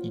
你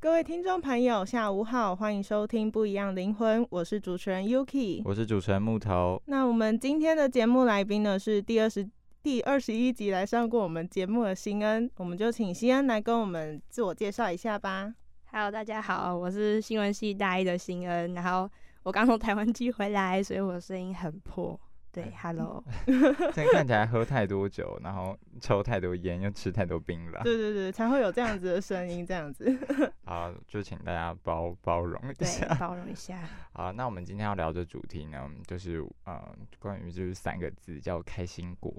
各位听众朋友，下午好，欢迎收听《不一样灵魂》，我是主持人 Yuki。我是主持人木头， 那我们今天的节目来宾呢是第二十第二十一集来上过我们节目的新恩，我们就请新恩来跟我们自我介绍一下吧。 Hello，大家好，我是新闻系大一的新恩，然后我刚从台湾寄回来，所以我声音很破。哎对，Hello，嗯 这样看起来喝太多酒，然后抽太多烟，又吃太多槟榔，对对对，才会有这样子的声音，这样子。好，就请大家包包容一对下。，包容一下。好，那我们今天要聊的主题呢，就是呃，关于就是三个字叫开心果。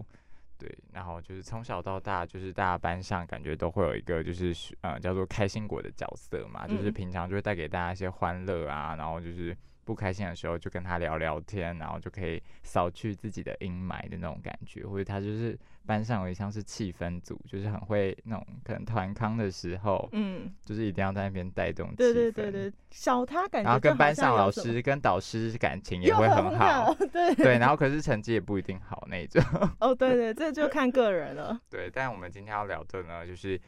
对，然后就是从小到大，就是大家班上感觉都会有一个就是学呃叫做开心果的角色嘛，就是嗯平常就会带给大家一些欢乐啊，然后就是不开心的时候就跟他聊聊天，然后就可以扫去自己的阴霾的那种感觉，或者他就是班上有一项是气氛组，就是很会那种可能团康的时候，嗯，就是一定要在那边带动气氛，对对对对，少他感觉然后跟就好班像上有老什么师跟导师感情也又会很 好，，对对，然后可是成绩也不一定好那一种， 哦对对，这就看个人了。对。但我们今天要聊的呢，就是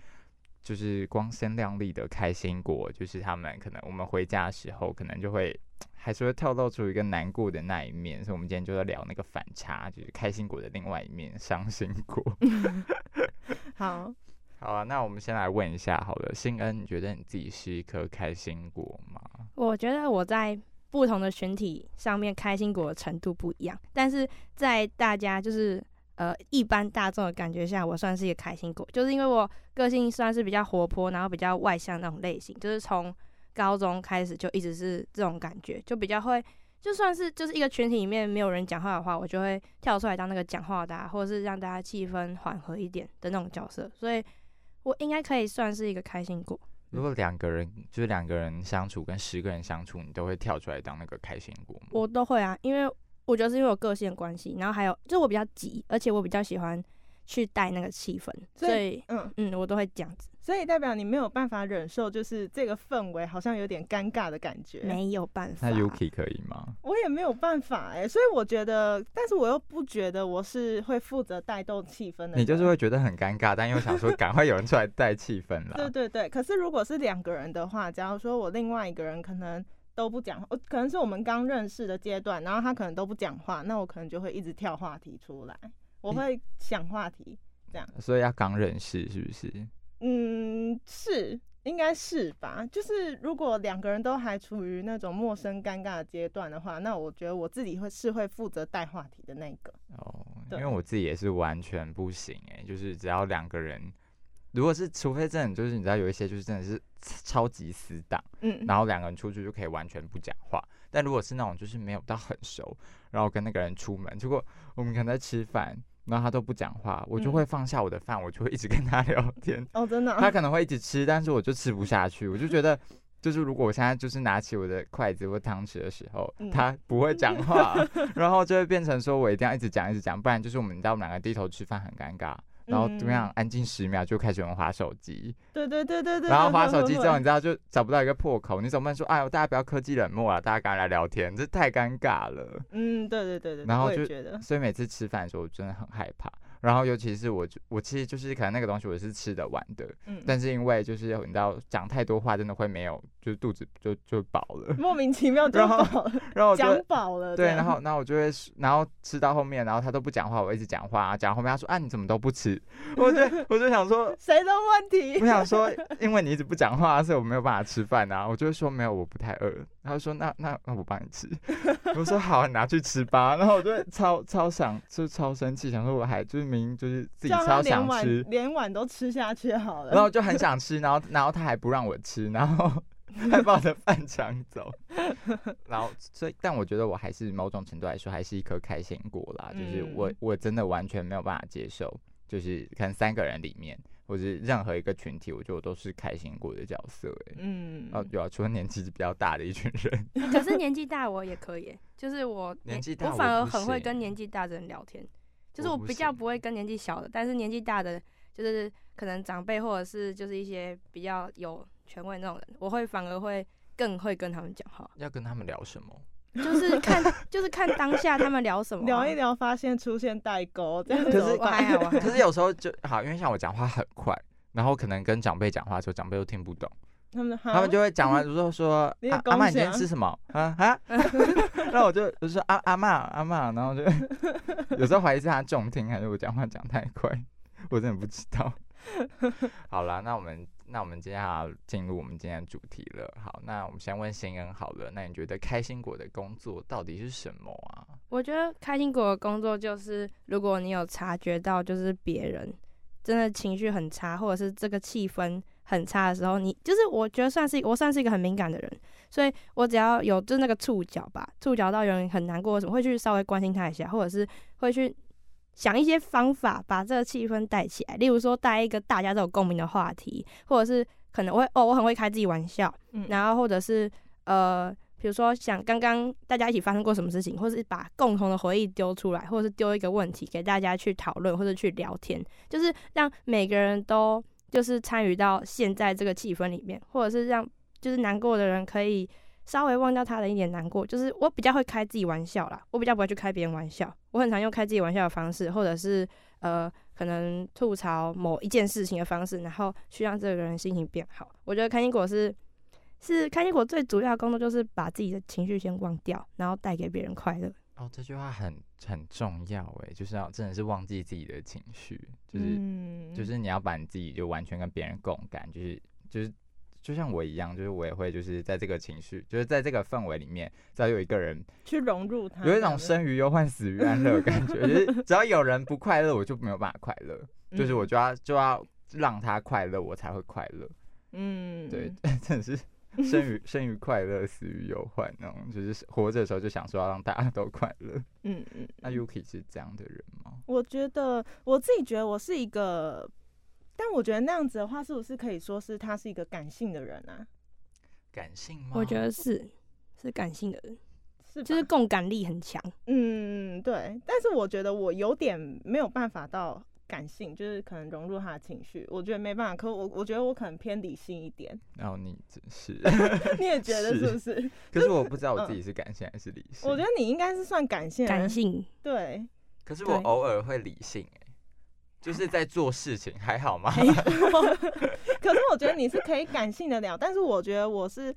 就是光鲜亮丽的开心果，就是他们可能我们回家的时候，可能就会还是会透露出一个难过的那一面，所以我们今天就要聊那个反差，就是开心果的另外一面，伤心果。 好，好啊，那我们先来问一下好了，新恩，你觉得你自己是一颗开心果吗？我觉得我在不同的群体上面开心果的程度不一样，但是在大家就是呃一般大众的感觉下，我算是一个开心果，就是因为我个性算是比较活泼，然后比较外向那种类型，就是从高中开始就一直是这种感觉，就比较会。就算是就是一个群体里面没有人讲话的话，我就会跳出来当那个讲话的、啊，或者是让大家气氛缓和一点的那种角色，所以我应该可以算是一个开心果。如果两个人就是两个人相处跟十个人相处，你都会跳出来当那个开心果吗？我都会啊，因为我觉得是因为我个性的关系，然后还有就是我比较急，而且我比较喜欢去带那个气氛，所以所以嗯，嗯，我都会这样子。所以代表你没有办法忍受，就是这个氛围好像有点尴尬的感觉。没有办法那，Yuki 可以吗？我也没有办法哎、所以我觉得，但是我又不觉得我是会负责带动气氛的人。你就是会觉得很尴尬，但又想说赶快有人出来带气氛对啦。对对，可是如果是两个人的话，假如说我另外一个人可能都不讲话，哦可能是我们刚认识的阶段，然后他可能都不讲话，那我可能就会一直跳话题出来，我诶会想话题。所以要刚认识是不是？嗯，是，应该是吧。就是如果两个人都还处于那种陌生尴尬的阶段的话，那我觉得我自己会是会负责带话题的那个。哦，因对为我自己也是完全不行哎、就是只要两个人，如果是除非真的就是你知道有一些就是真的是超级死党，嗯，然后两个人出去就可以完全不讲话。但如果是那种就是没有到很熟，然后跟那个人出门，结果我们可能在吃饭，然后他都不讲话，我就嗯会放下我的饭，我就会一直跟他聊 天。哦，真的啊、他可能会一直吃，但是我就吃不下去，我就觉得。就是如果我现在就是拿起我的筷子或汤匙的时候嗯，他不会讲 话，然后就会变成说我一定要一直讲一直讲，不然就是我们你知道我们两个低头吃饭很尴尬，然后怎么样嗯？安静十秒就开始有人划手机，对对对对对。然后对划会手机会之后，你知道就找不到一个破口，你怎么办？说哎呦，大家不要科技冷漠啊，大家赶快来聊天，这太尴尬了。嗯，对对对对，然后我也就觉得，所以每次吃饭的时候，我真的很害怕。然后尤其是我就，我其实就是可能那个东西我是吃得完的，嗯，但是因为就是你知道讲太多话，真的会没有，就是肚子 就就饱了。莫名其妙就然后饱了，然后我就讲饱了这对，样。然后然后我就会是，然后吃到后面，然后他都不讲话，我一直讲话，讲到后面他说啊你怎么都不吃，我就 我就想说，谁的问题我？想说，因为你一直不讲话，所以我没有办法吃饭啊，我就会说没有，我不太饿，他就说那那那我帮你吃， 我说好，啊你拿去吃吧，然后我就会超超想，就超生气，想说我还就是明明就是自己叫他超连想吃碗，连碗都吃下去好了。然后就很想吃，然后然后他还不让我吃，然后还把我的饭抢走， 然后所以但我觉得我还是某种程度来说还是一颗开心果啦，就是我嗯我真的完全没有办法接受，就是可能三个人里面或是任何一个群体，我觉得我都是开心果的角色、欸，嗯，哦，有啊，除了年纪比较大的一群人，可是年纪大我也可以耶，就是我年纪大我反我而不很会行欸跟年纪大的人聊天，就是我我不比较行不会跟年纪小的，但是年纪大的就是可能长辈或者是就是一些比较有权威那种人，我会反而会更会跟他们讲话， 要跟他们聊什么？就 是看就是看当下他们聊什么啊、聊一聊，发现出现代沟，这样可怎么是啊我还好，办？我还好可是有时候就好，因为像我讲话很快，然后可能跟长辈讲话的时候，长辈又听不懂。 他们他他们就会讲完之后说：“你也啊阿恭妈，你喜今天啊吃什么？”啊啊， 然后我就我就说：“阿啊阿妈，阿妈。”然后就有时候怀疑是他重听还是我讲话讲太快， 我真的不知道。好啦，那我们那我们接下来进入我们今天的主题了。好，那我们先问新恩好了，那你觉得开心果的工作到底是什么啊？我觉得开心果的工作就是，如果你有察觉到，就是别人真的情绪很差，或者是这个气氛很差的时候，你就是我觉得算是我算是一个很敏感的人，所以我只要有就是那个触角吧，触角到有人很难过什么，会去稍微关心他一下，或者是会去想一些方法把这个气氛带起来，例如说带一个大家都有共鸣的话题，或者是可能我会哦我很会开自己玩笑，嗯然后或者是呃，比如说想刚刚大家一起发生过什么事情，或是把共同的回忆丢出来，或者是丢一个问题给大家去讨论或者去聊天，就是让每个人都就是参与到现在这个气氛里面，或者是让就是难过的人可以稍微忘掉他的一点难过。就是我比较会开自己玩笑啦，我比较不会去开别人玩笑，我很常用开自己玩笑的方式，或者是呃。可能吐槽某一件事情的方式，然后去让这个人心情变好。我觉得开心果是是开心果最主要的工作就是把自己的情绪先忘掉，然后带给别人快乐。哦，这句话很很重要诶，就是要真的是忘记自己的情绪，就是。嗯就是你要把你自己就完全跟别人共感，就是就是就像我一样，就是我也会就是在这个情绪，就是在这个氛围里面，只要有一个人去融入他，有一这样种子生于忧患死于安乐的感觉， 就是只要有人不快乐，我就没有办法快乐，嗯就是我就要就要让他快乐，我才会快乐。嗯，对， 真的是生于生于快乐，死于忧患那种，就是活着的时候就想说要让大家都快乐。嗯嗯，那 Yuki 是这样的人吗？我觉得我自己觉得我是一个，但我觉得那样子的话，是不是可以说是他是一个感性的人啊？感性吗？我觉得是是感性的人，是吧，啊就是共感力 很强。嗯，对。但是我觉得我有点没有办法到感性，就是可能融入他的情绪，我觉得没办法。可我我觉得我可能偏理性一点， 然后你真是，你也觉得是是不是？可是我不知道我嗯自己是感性还是理性。我觉得你应该是算感性的啊人，感性对，可是我对偶尔会理性、欸，就是在做事情，还好吗？可是我觉得你是可以感性的聊，但是我觉得我是。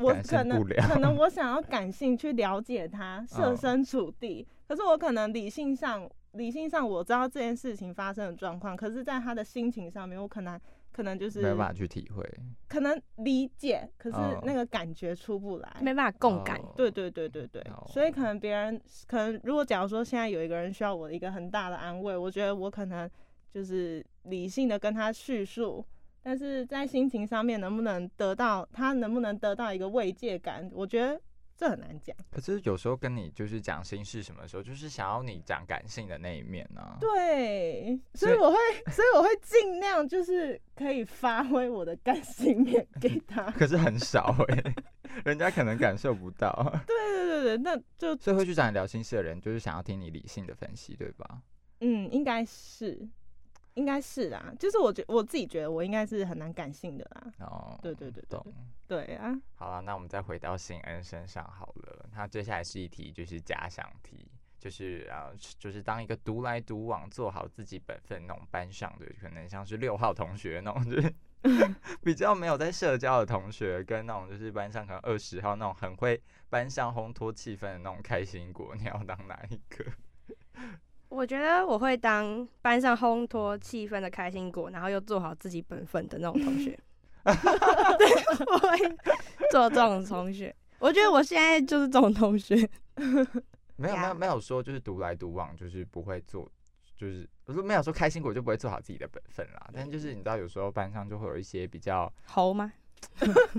我感性可能不了可能我想要感性去了解他，设嗯身处地。可是我可能理性上，理性上我知道这件事情发生的状况，可是在他的心情上面，我可能可能 就是没有办法去体会，可能理解，可是哦那个感觉出不来。没办法共感。哦对对对对对哦所以可能别人可能如果假如说现在有一个人需要我一个很大的安慰，我觉得我可能就是理性的跟他叙述，但是在心情上面能不能得到他能不能得到一个慰藉感，我觉得这很难讲。可是有时候跟你就是讲心事什么的时候，就是想要你讲感性的那一面呢、啊。对，所所以以我会所以我会尽量就是可以发挥我的感性面 给他。可是很少哎、 人家可能感受不到，对对对对，那就所以会去找你聊心事的人，就是想要听你理性的分析，对吧？嗯，应该是，应该是啦、就是我觉我自己觉得我应该是很难感性的啦，哦，对对对对懂。对啊，好了，那我们再回到邢恩身上好了。那接下来是一题，就是假想题，就是啊，就是当一个独来独往、做好自己本分那种班上的，可能像是六号同学那种，就是 比较没有在社交的同学，跟那种就是班上可能二十号那种很会班上烘托气氛的那种开心果，你要当哪一个？我觉得我会当班上烘托气氛的开心果，然后又做好自己本分的那种同 学。对，我会做这种同学。我觉得我现在就是这种同学。 没有没呀有没有说就是独来独往，就是不会做，就是我说没有说开心果就不会做好自己的本分啦。但就是你知道，有时候班上就会有一些比较猴吗？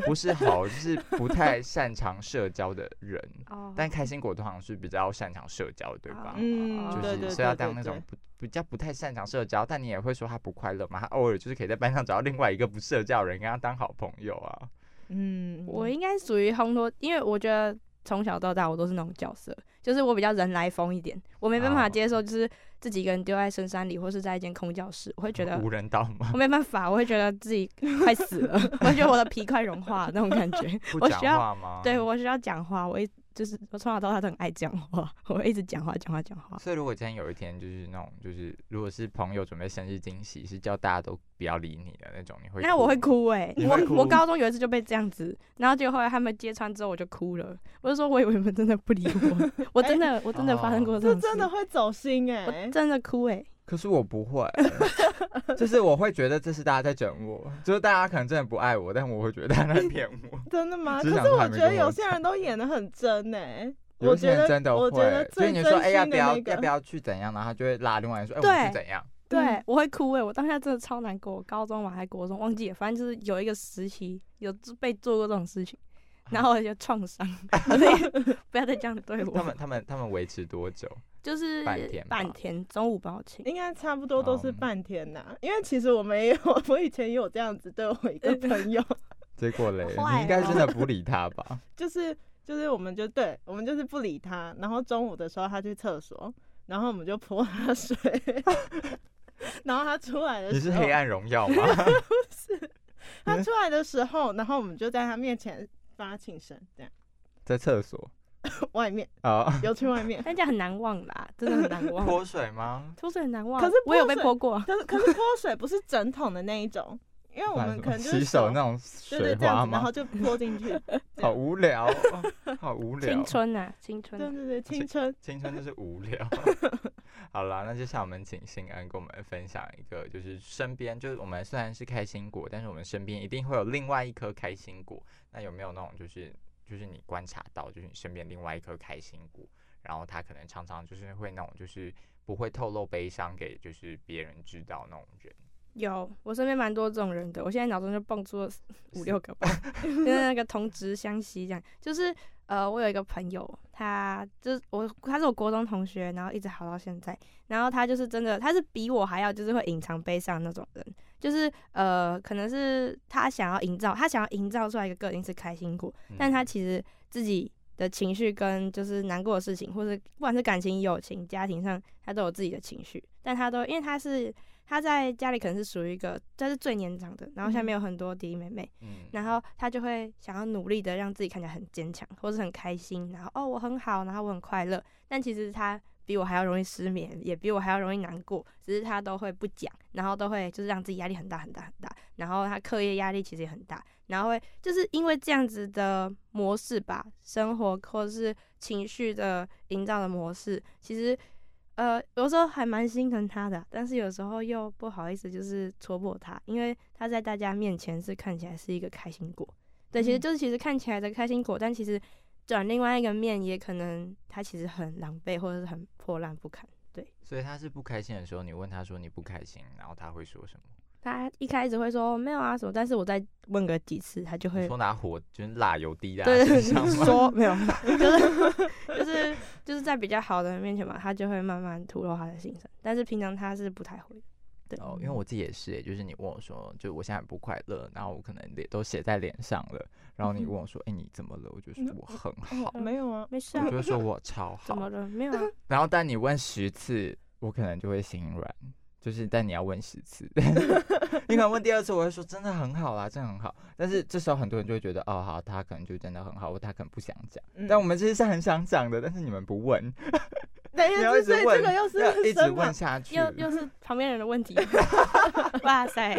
不是好，就是不太擅长社交的人。哦但开心果通常是比较擅长社交，对吧？嗯，就对是对所以要对当对那种对，不比较不太擅长社交，但你也会说他不快乐嘛？他偶尔就是可以在班上找到另外一个不社交的人，跟他当好朋友啊。嗯，我应该属于烘托，因为我觉得从小到大我都是那种角色，就是我比较人来疯一点，我没办法哦接受就是自己一个人丢在深山里，或是在一间空教室，我会觉得无人岛吗我？没办法，我会觉得自己快死了， 我会觉得我的皮快融化了那种感觉。不我讲需要话吗？对我需要讲话，我一就是我从小到大都很爱讲话，我会一直讲话讲话讲话。所以如果今天有一天就是那种就是如果是朋友准备生日惊喜，是叫大家都不要理你的那种，你会那我会哭哎、你我会哭我高中有一次就被这样子，然后结果后来他们揭穿之后我就哭了，我就说我以为你们真的不理我， 我真的、我真的发生过这这种事，真的会走心哎、我真的哭哎、可是我不会， 就是我会觉得这是大家在整我，就是大家可能真的不爱我，但我会觉得大家在骗 我。真的吗？啊可只是想是说我还没觉得跟有我些人都演的很真哎、有我一些觉人得真的我会，觉得所以最你真说哎、要心不的要那要不个，要去怎样，然后他就会拉另外一个人说哎、对我们去怎样，嗯对，我会哭哎、我当下真的超难过，我高中嘛还国中忘记了，反正就是有一个时期有被做过这种事情，然后我就创伤，我就不要再这样对他我，们他们他们维持多久？就是半天吧半天中午帮我请，应该差不多都是嗯半天呐、因为其实我们也有， 我以前也有这样子对我一个朋友， 结果嘞，坏你应该真的不理他吧？就是就是我们就对我们就是不理他，然后中午的时候他去厕所，然后我们就泼他水， 然后他出来的你时是候，黑暗荣耀吗？他出来的时候，然后我们就在他面前发庆生，这样在厕所外面啊，游去外面，但这样很难忘啦，真的很难忘，泼水吗？都是很难忘。可是我有被泼水泼过，可是可是泼水不是整桶的那一种，因为我们可能就是洗手那种对对水这样花子，吗然后？就泼进 去。这样好无聊哦，好无聊。青春啊，青春对啊。对对，青春青春就是无聊。 好啦，那接下来我们请新安跟我们分享一个，就是身边，就是我们虽然是开心果，但是我们身边一定会有另外一颗开心果。那有没有那种就是就是你观察到，就是你身边另外一颗开心果，然后他可能常常就是会那种就是不会透露悲伤给就是别人知道那种人。有，我身边蛮多这种人的，我现在脑中就蹦出了五六个吧，就是那个同职相吸这样。就是呃，我有一个朋友，他就是我，他是我国中同学，然后一直好到现在。然后他就是真的，他是比我还要就是会隐藏悲伤的那种人，就是呃，可能是他想要营造，他想要营造出来一个个性是开心果，嗯但他其实自己的情绪跟就是难过的事情，或是不管是感情、友情、家庭上，他都有自己的情绪，但他都因为他是他在家里可能是属于一个他是最年长的，然后下面有很多弟弟妹妹，嗯然后他就会想要努力的让自己看起来很坚强，或是很开心，然后哦我很好，然后我很快乐，但其实他。比我还要容易失眠，也比我还要容易难过，只是他都会不讲，然后都会就是让自己压力很大很大很大，然后他课业压力其实也很大，然后会就是因为这样子的模式吧，生活或是情绪的营造的模式，其实呃有时候还蛮心疼他的，啊但是有时候又不好意思就是戳破他，因为他在大家面前是看起来是一个开心果，对，其实嗯就是其实看起来的开心果，但其实转另外一个面，也可能他其实很狼狈或者是很破烂不堪。所以他是不开心的时候，你问他说你不开心，然后他会说什么？他一开始会说没有啊什么，但是我再问个几次，他就你会说拿火就是辣油滴在对他对身上啊吗？说没有，就是就是就是在比较好的人面前嘛，他就会慢慢吐露他的心声，但是平常他是不太会的。对哦，因嗯为我自己也是欸，就是你问我说，就我现在很不快乐，然后我可能脸都写在脸上了，然后你问我说，哎、你怎么了？我就说嗯我很好，没有啊，没事啊我就，会说我超怎么好。了？没有啊，然后但你问十次，我可能就会心软，就是但你要问十次， 你可能问第二次，我会说真的很好啦，真的很好。但是这时候很多人就会觉得，哦，好，他可能就真的很好，或他可能不想讲。嗯但我们其实是很想讲的，但是你们不问，等一你下，要一这所直以问，这个又是要一直身旁问下去，又又是旁边人的问题。哇塞，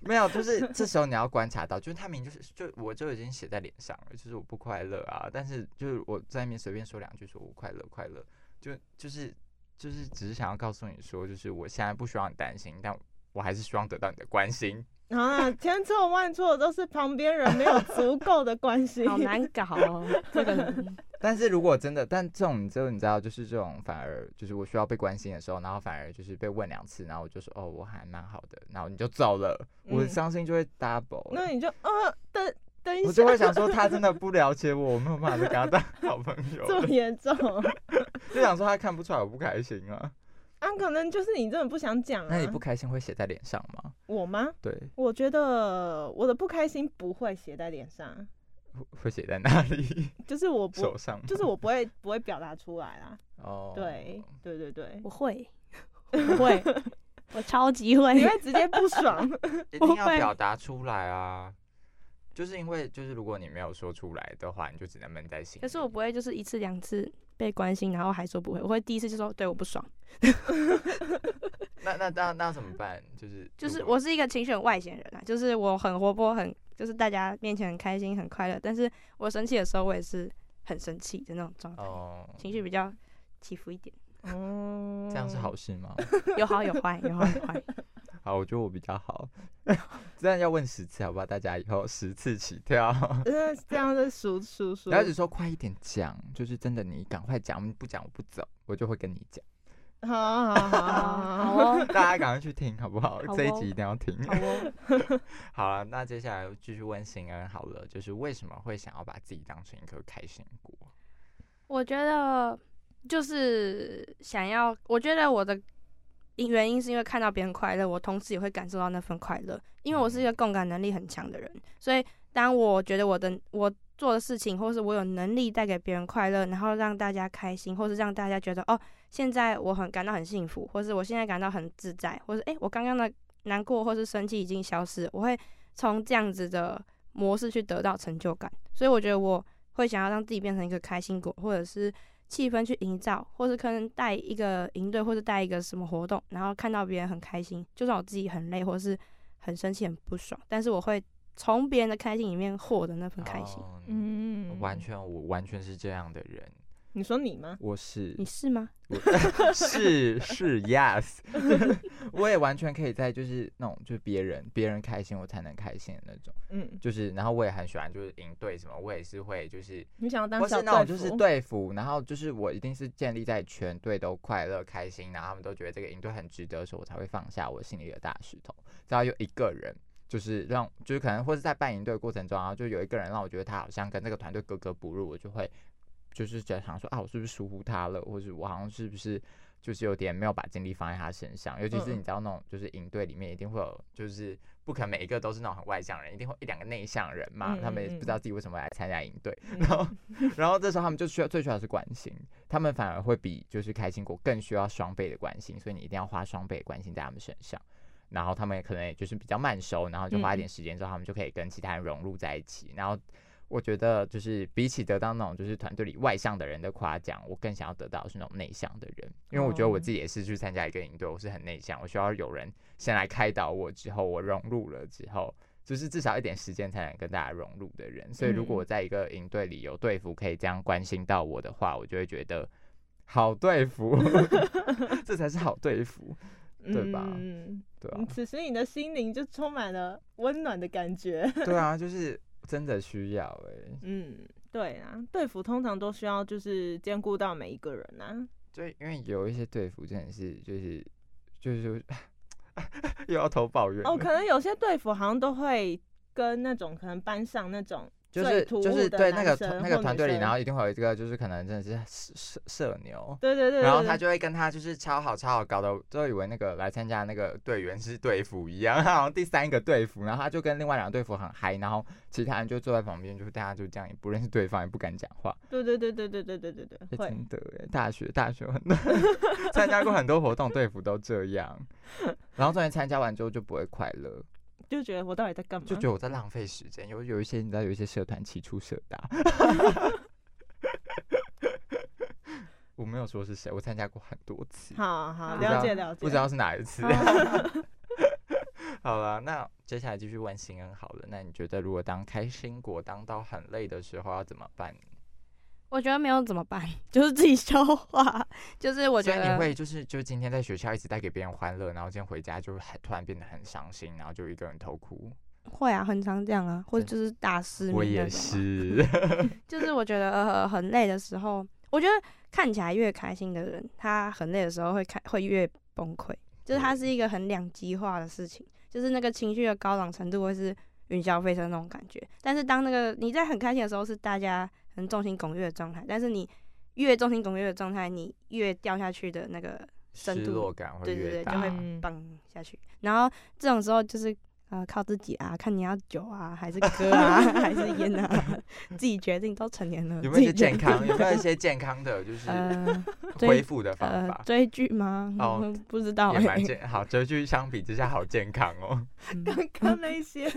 没有，就是这时候你要观察到，就是他明明就是就我就已经写在脸上了，就是我不快乐啊，但是就是我在那边随便说两句，说我快乐快乐，就就是就是只是想要告诉你说，就是我现在不需要你担心，但我还是希望得到你的关心。啊，千错万错都是旁边人没有足够的关心，好难搞哦，这个人 但是如果真的，但这种你就你知道，就是这种反而就是我需要被关心的时候，然后反而就是被问两次，然后我就说哦我还蛮好的，然后你就走了，我的嗯伤心就会 double 欸、那你就呃等等一我下就，会想说，他真的不了解我，我没有办法再跟他当 好朋 友。这么严重，就想说他看不出来我不开心啊。啊，可能就是你真的不想讲啊。那你不开心会写在脸上吗？我吗？对，我觉得我的不开心不会写在脸上，会会写在哪里？就是我不手，上吗？就是我不会不会表达出来啦。哦，对，对对对我，会，我会，我超级会你。会直接不爽，一不定要会表达出来啊。就是因为，就是如果你没有说出来的话，你就只能闷在心里。可是我不会，就是一次两次被关心，然后还说不会。我会第一次就说对我不爽，那那那那怎么办？就是就是如果我是一个情绪很外显人啊，就是我很活泼，很就是大家面前很开心很快乐，但是我生气的时候我也是很生气的那种状态，哦，情绪比较起伏一点， 哦，这样是好事 吗？有好有坏，有好有坏。好，我觉得我比较好。 这样要问十次，好不好？大家以后十次起 跳。嗯，这样是数数数然，后只说快一点讲，就是真的，你赶快讲，你不讲我不走，我就会跟你讲。好好好好好 好好，哦，大家赶快去听好不好？好这一哦集一定要听。好哦，好了，那接下来继续问邢恩好了，就是为什么会想要把自己当成一颗开心果？我觉得就是想要，我觉得我的因原因是因为看到别人快乐，我同时也会感受到那份快乐。因为我是一个共感能力很强的人，所以当我觉得我的我做的事情，或是我有能力带给别人快乐，然后让大家开心，或是让大家觉得哦，现在我很感到很幸福，或是我现在感到很自在，或是诶，我刚刚的难过或是生气已经消失了，我会从这样子的模式去得到成就感。所以我觉得我会想要让自己变成一个开心果，或者是气氛去营造，或是可能带一个营队，或是带一个什么活动，然后看到别人很开心，就算我自己很累或是很生气、很不爽，但是我会从别人的开心里面获得那份开心。哦，嗯完，全我完全是这样的人，你说你吗？我是你是吗？我 是是 yes，我也完全可以在就是那种就是别人别人开心我才能开心的那种，嗯，就是然后我也很喜欢就是赢对什么，我也是会就是你想要当我小是那种队就是服，队服，然后就是我一定是建立在全队都快乐开心，然后他们都觉得这个营队很值得的时候，我才会放下我心里的大石头。只要有一个人，就是让就是可能或是在办营队的过程中，然后就有一个人让我觉得他好像跟这个团队格格不入，我就会就是觉得想说啊，我是不是疏忽他了，或者我好像是不是就是有点没有把精力放在他身上，尤其是嗯你知道那种就是营队里面一定会有，就是不可能每一个都是那种很外向人，一定会一两个内向人嘛，嗯他们也嗯不嗯知道自己为什么来参加营队，嗯然后然后这时候他们就需要最需要的是关心，他们反而会比就是开心果更需要双倍的关心，所以你一定要花双倍的关心在他们身上。然后他们可能也就是比较慢熟，然后就嗯花一点时间之后，他们就可以跟其他人融入在一起。然后我觉得就是比起得到那种就是团队里外向的人的夸奖，我更想要得到的是那种内向的人，因为我觉得我哦自己也是去参加一个营队，我是很内向，我需要有人先来开导我，之后我融入了之后。就是至少一点时间才能跟大家融入的人，所以如果嗯我在一个营队里有队服可以这样关心到我的话，我就会觉得好 队服，这才是好队服，对吧嗯对啊吧、嗯 此时你的心灵就充满了温暖的感觉。 对啊，就是真的需要哎、嗯，对啊，队服通常都需要就是兼顾到每一个人啊。就因为有一些队服真的是就是就是 又要投抱怨哦，了可能有些队服好像都会跟那种可能班上那种就是最突兀就是的对那男个生团那个或团女队里，然生后一定会有一个就是可能真的是社社社牛，对对对对，然后他对就会跟他就是超好超好，搞得都以为那个来参加那个队员是队服一样， 好像第三个队服，然后他就跟另外两个队服很嗨，然后其他人就坐在旁边，就是大家就这样也不认识对方，也不敢讲话。对对对对对对对对欸对，会真的耶，大学大学很多 参加过很多活动，队服都这样，然后终于参加完之后就不会快乐，就觉得我到底在干嘛？就觉得我在浪费时间。有有一些你知道，有一些社团起初社大。 我没有说是谁，我参加过很多次。好好不知了道解了解，不知道是哪一次。嗯哦啊 好了，那接下来继续问新恩好了。那你觉得如果当开心果当到很累的时候要怎么办？我觉得没有怎么办， 就是自己消化，就是我所觉以你得会就是就今天在学校一直带给别人欢乐，然后今天回家就很突然变得很伤心，然后就一个人偷哭。会啊，很常这样啊，或者就是大失眠我那也种啊是，就是我觉得、呃、很累的时候，我觉得看起来越开心的人，他很累的时候会看会越崩溃，就是它是一个很两极化的事情，就是那个情绪的高涨程度会是云霄飞车那种感觉。但是当那个你在很开心的时候，是大家很众星拱月的状态，但是你越众星拱月的状态，你越掉下去的那个 深失度落感会对对越对，大。就会嗯绑下去。然后这种时候就是呃靠自己啊，看你要酒啊，还是歌啊，还是烟啊， 自己决定。都成年了，有没自有一己些决健定康？有没有一 些健康的就是呃对恢复的方呃法？追剧吗？哦 不知道、也蛮欸。 健好，这句相比之下好健康哦。 刚刚那一些，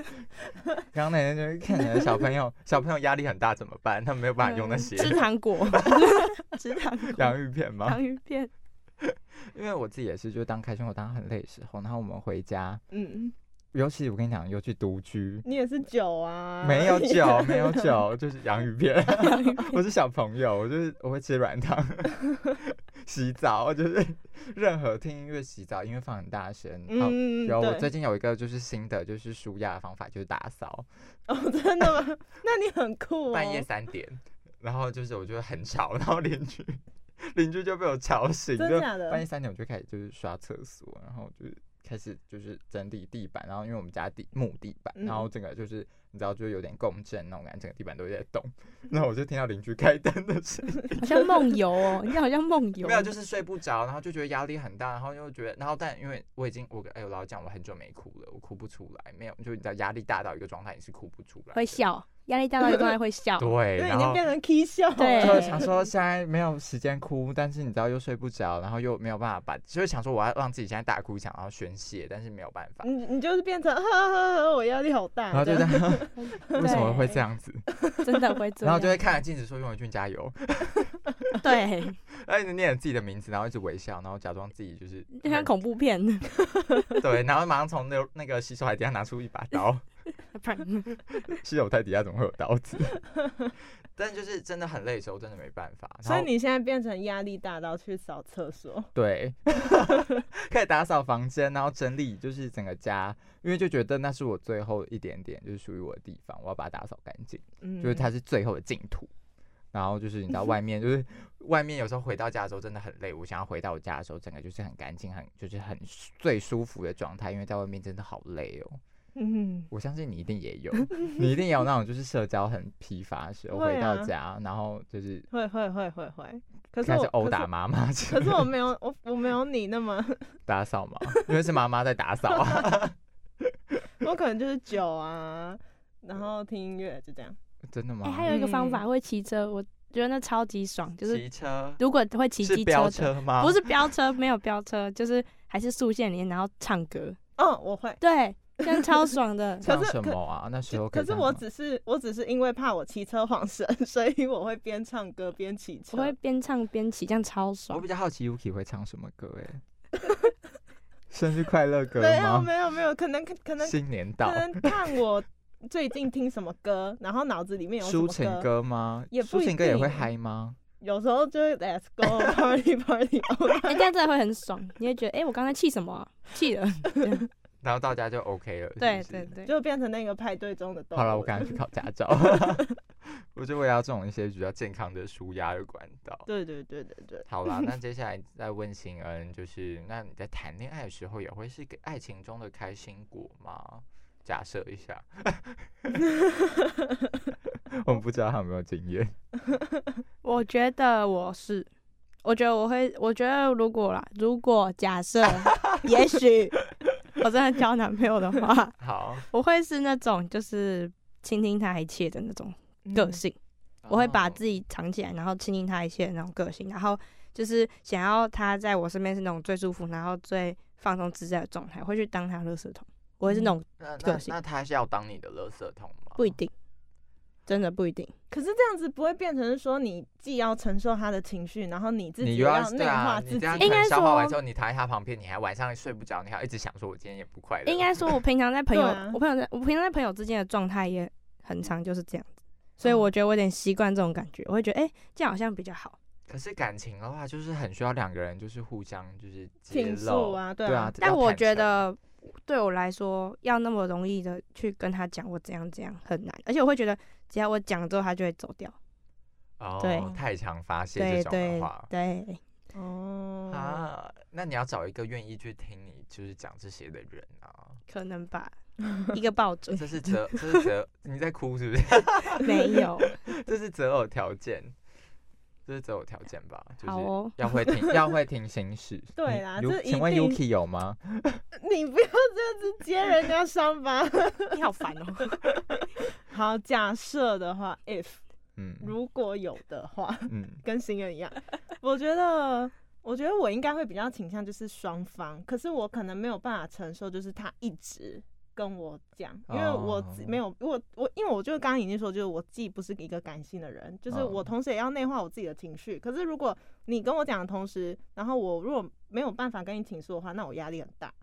然后奶奶就是看起来小朋友，小朋友压力很大怎么办？他们没有办法用那嗯些吃糖 果，吃糖果，洋芋片吗？洋芋片。因为我自己也是，就是当开心果当很累的时候，然后我们回家，嗯，尤其我跟你讲，尤其独居，你也是酒啊，没 有酒，没有酒，就是洋芋片。我是小朋友，我就是我会吃软糖， 洗澡就是 任何听音乐洗澡，音乐放很大声。嗯，嗯，嗯，嗯有我对最近有一个就是新的，就是舒压的方法，就是打扫。哦，真的吗？那你很酷哦，半夜三点，然后就是我就会很吵，然后邻居邻居就被我吵醒，真就假的半夜三点我就开始就是刷厕所，然后就是开始就是整理地板，然后因为我们家地木地板，然后嗯整个就是你知道就有点共振那种感觉，整个地板都在 动，然后我就听到邻居开灯的声音，好像梦游哦，你好像梦游。没有就是睡不着，然后就觉得压力很大，然后又觉得，然后但因为我已经我哎我老实讲我很久没哭了，我哭不出来，没有就你知道压力大到一个状态你是哭不出来的，会笑，压力大到一个状态会笑。对，因为然已经后。变成 K 笑了， 对就是想说现在没有时间哭，但是你知道又睡不着，然后又没有办法把，就是想说我要让自己现在大哭一场，然后宣泄，但是没有办法，你你就是变成呵呵呵呵，我压力好大，然后就这这样样， 对为什么会这样子？真的会这然啊后样就？会看着镜子说：“用文俊加油。对，”然后一直念着自己的名字，然后一直微笑，然后假装自己 就是就像恐怖片。 对，然后马上从那那个洗手台底下拿出一把刀，洗手台底下怎么会有刀 子？但就是真的很累的时候，真的没办法。然所后以你现在变成压力大到去扫厕所，对， 开始打扫房间，然后整理就是整个家，因为就觉得那是我最后一点点，就是属于我的地方，我要把它打扫干净，嗯，就是它是最后的净土。然后就是你知道外面，就是外面有时候回到家的时候真的很累，我想要回到我家的时候，整个就是很干净，很就是很舒最舒服的状态，因为在外面真的好累哦。嗯，我相信你一 定也有，你一定也有那种就是社交很疲乏的时候，回会到啊家，然后就是会会会会会，可是开我始殴打可是妈妈之可类是的。我没 有我我没有你那么，打扫嘛，因为是妈妈在打扫啊。 我可能就是酒啊，然后听音乐就这样，真的吗？哎，还有一个方法会骑车，我觉得那超级爽，就是嗯骑车如果会骑是机飙的车吗？。不，是飙车，没有飙车，就是还是速线里面，然后唱歌，哦，我会。对，这样超爽的 像可是什可么啊？那时候可以是干我嘛只是我只是因为怕我骑车晃神， 所以我会边唱歌边骑车。我会边唱边骑，这样超啊我爽比。较好奇 Yuki 会唱什么歌哎、 生日快乐歌没有吗？没有没有，可能可能新年到可，能 看我最近听什么歌，然后脑子里面有什抒么情歌吗？也不抒一情歌也会定嗨吗？有时候就会 Let's go party party， 哎、这样真的会很爽，你会觉得，哎、我刚才气什么啊、气了。然后到家就 OK 了。是不对是对对，就变成那个派对中的动物。好了，我赶快去考驾 照。 我就我也要这种一些比较健康的舒压的管道。对对对对对，好啦，那接下来再问新恩，就是那你在谈恋爱的时候也会是一个爱情中的 开心果吗？假设一下， 我们不知道他有没有经验。我觉得我是，我觉得我会，我觉得如果啦，如果假 设，也许我真的交男朋友的话，好，我会是那种就是倾听他一切的那种嗯个性，我会哦把自己藏起来，然后倾听他一切的那种个性，然后就是想要他在我身边是那种最舒服，然后最放松自在的状态，我会去当他的垃圾桶，我会是那种嗯那个那性那他是要当你的垃圾桶吗？不一定，真的不一定。可是这样子不会变成是说你既要承受他的情绪，然后你自己你也又要内对化啊，自你己这。样应可该能消化完说之后，你躺在他旁边，你还晚上睡不着，你还要一直想说，我今天也不快乐。应该说，我平常在朋友，哦 对啊我朋友在我平常在朋友之间的状态也很常就是这样子，所以嗯我觉得我有点习惯这种感觉，我会觉得哎、诶这样好像比较好。可是感情的话，就是很需要两个人就是互相就是揭倾露诉啊对对啊啊。但要我坦觉诚得对我来说，要那么容易的去跟他讲我怎样怎样很难，而且我会觉得只要我讲了之后，他就会走掉。哦，对太常发泄对这种对的话对，啊哦，啊，那你要找一个愿意去听你就是讲这些的人啊。可能 吧，一个抱准这是择，这是择，你在哭是不 是？没有。这是择偶条件，这是择偶条件吧？就好是 哦，要会听，要会听心事。对嗯啦如这一请问定 Yuki 有吗？你不要这样子揭人家伤疤。你好烦哦。好，假设的话，if 嗯如果有的话，嗯，跟新人一 样，我觉得，我觉得我应该会比较倾向就是双方，可是我可能没有办法承受，就是他一直跟我讲，因为我哦没有，我我因为我就刚刚已经说，就是我既不是一个感性的人，就是哦我同时也要内化我自己的情绪。可是如果你跟我讲的同时，然后我如果没有办法跟你倾诉的话，那我压力很大。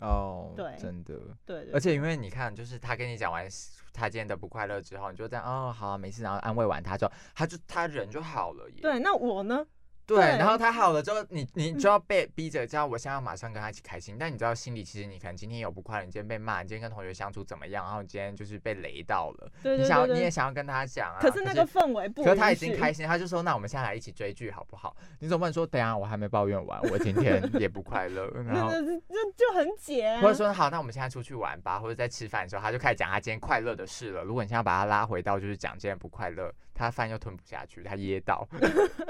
哦，对真的。对对而且因为你看，就是他跟你讲完他今天的不快乐之后，你就这样哦，好啊、没事，然后安慰完他之后，他就他人就好了耶。对，那我呢？对对嗯然后他好了之后，你你就要被逼着，知道我现在要马上跟他一起开心。但你知道心里其实你可能今天有不快乐，你今天被骂，你今天跟同学相处怎么样，然后你今天就是被雷到了，对对你想要对你也对。想要跟他讲啊，可是那个氛围不，可是他已经开，心，他就说：“那我们现在来一起追剧好不好？”你总不能说：“等一下我还没抱怨完，我今天也不快 乐。”然那后那那那就很解啊。或者说好，那我们现在出去玩吧，或者在吃饭的时候，他就开始讲他今天快乐的事了。如果你现在把他拉回到就是讲今天不快乐，他饭又吞不下去，他噎到。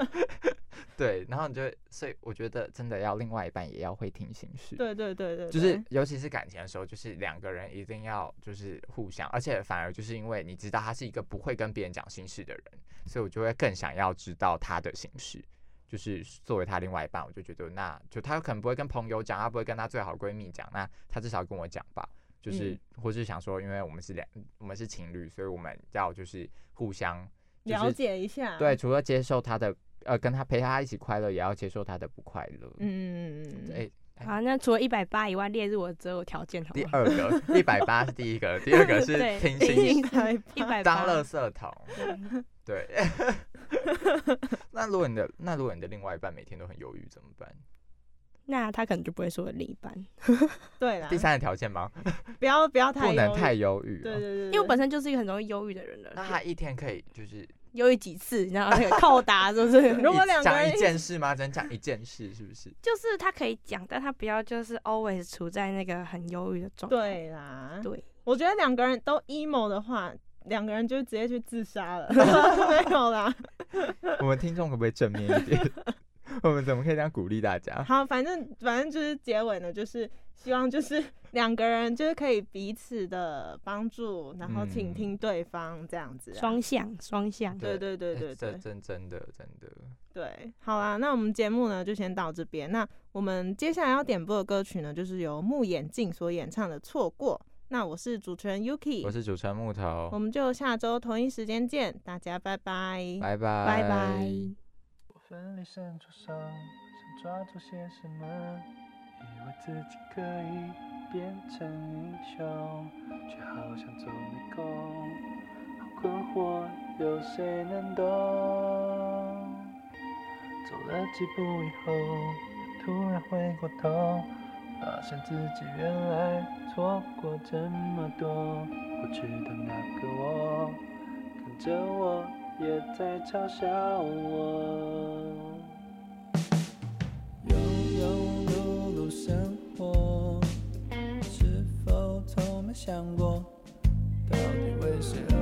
对，然后你就会所以我觉得真的要另外一半也要会听心事，对对对对，就是对尤其是感情的时候，就是两个人一定要就是互相，而且反而就是因为你知道他是一个不会跟别人讲心事的人，所以我就会更想要知道他的心事。就是作为他另外一半，我就觉得那就他可能不会跟朋友讲，他不会跟他最好闺蜜讲，那他至少跟我讲吧。嗯就是、或是想说，因为我们是两我们是情侣，所以我们要就是互相就是了解一下。对，，除了接受他的呃跟他陪他一起快乐，也要接受他的不快乐。嗯嗯嗯嗯嗯，哎，好，那除了一百八以外，列入我的择偶条件好第吗？二个一百八是第一个，第 二个是对听听心心一一百当垃八，圾桶。对。那如果你的那如果你的另外一半每天都很忧郁怎么办？那他可能就不会是我的另一半，对啦第，三个条件吗？不要不要太不能忧郁太忧郁对对哦。对对，因为我本身就是一个很容易忧郁的人了。那他一天可以就是忧郁几次，然后那个扣打是不是？如果一两个讲人一件事吗？只能讲一件事是不是？就是他可以讲，但他不要就是 always 处在那个很忧郁的状态。对啦，对，我觉得两个人都 emo 的话，两个人就直接去自杀 了， 没有啦。我们听众可不可以正面一点？ 我们怎么可以这样鼓励大家？好，反正反正就是结尾呢，就是希望就是两个人就是可以彼此的帮助，然后倾嗯听对方这样子啊。双向双向。对对对哎对这对真真的真的，对，好啦，那我们节目呢就先到这边。那我们接下来要点播的歌曲呢，就是由木眼镜所演唱的《错过》。那我是主持人 Yuki，我是主持人木头我，们就下周同一时间见，大家拜拜。拜拜拜拜拜。我奋力伸出手，想抓住些什么，以为自己可以变成英雄，却好像走迷宫，好困惑，有谁能懂？走了几步以后，突然回过头，发现自己原来错过这么多，不知道那个我。看着我，也在嘲笑我。庸庸碌碌生活，是否从没想过，到底为谁而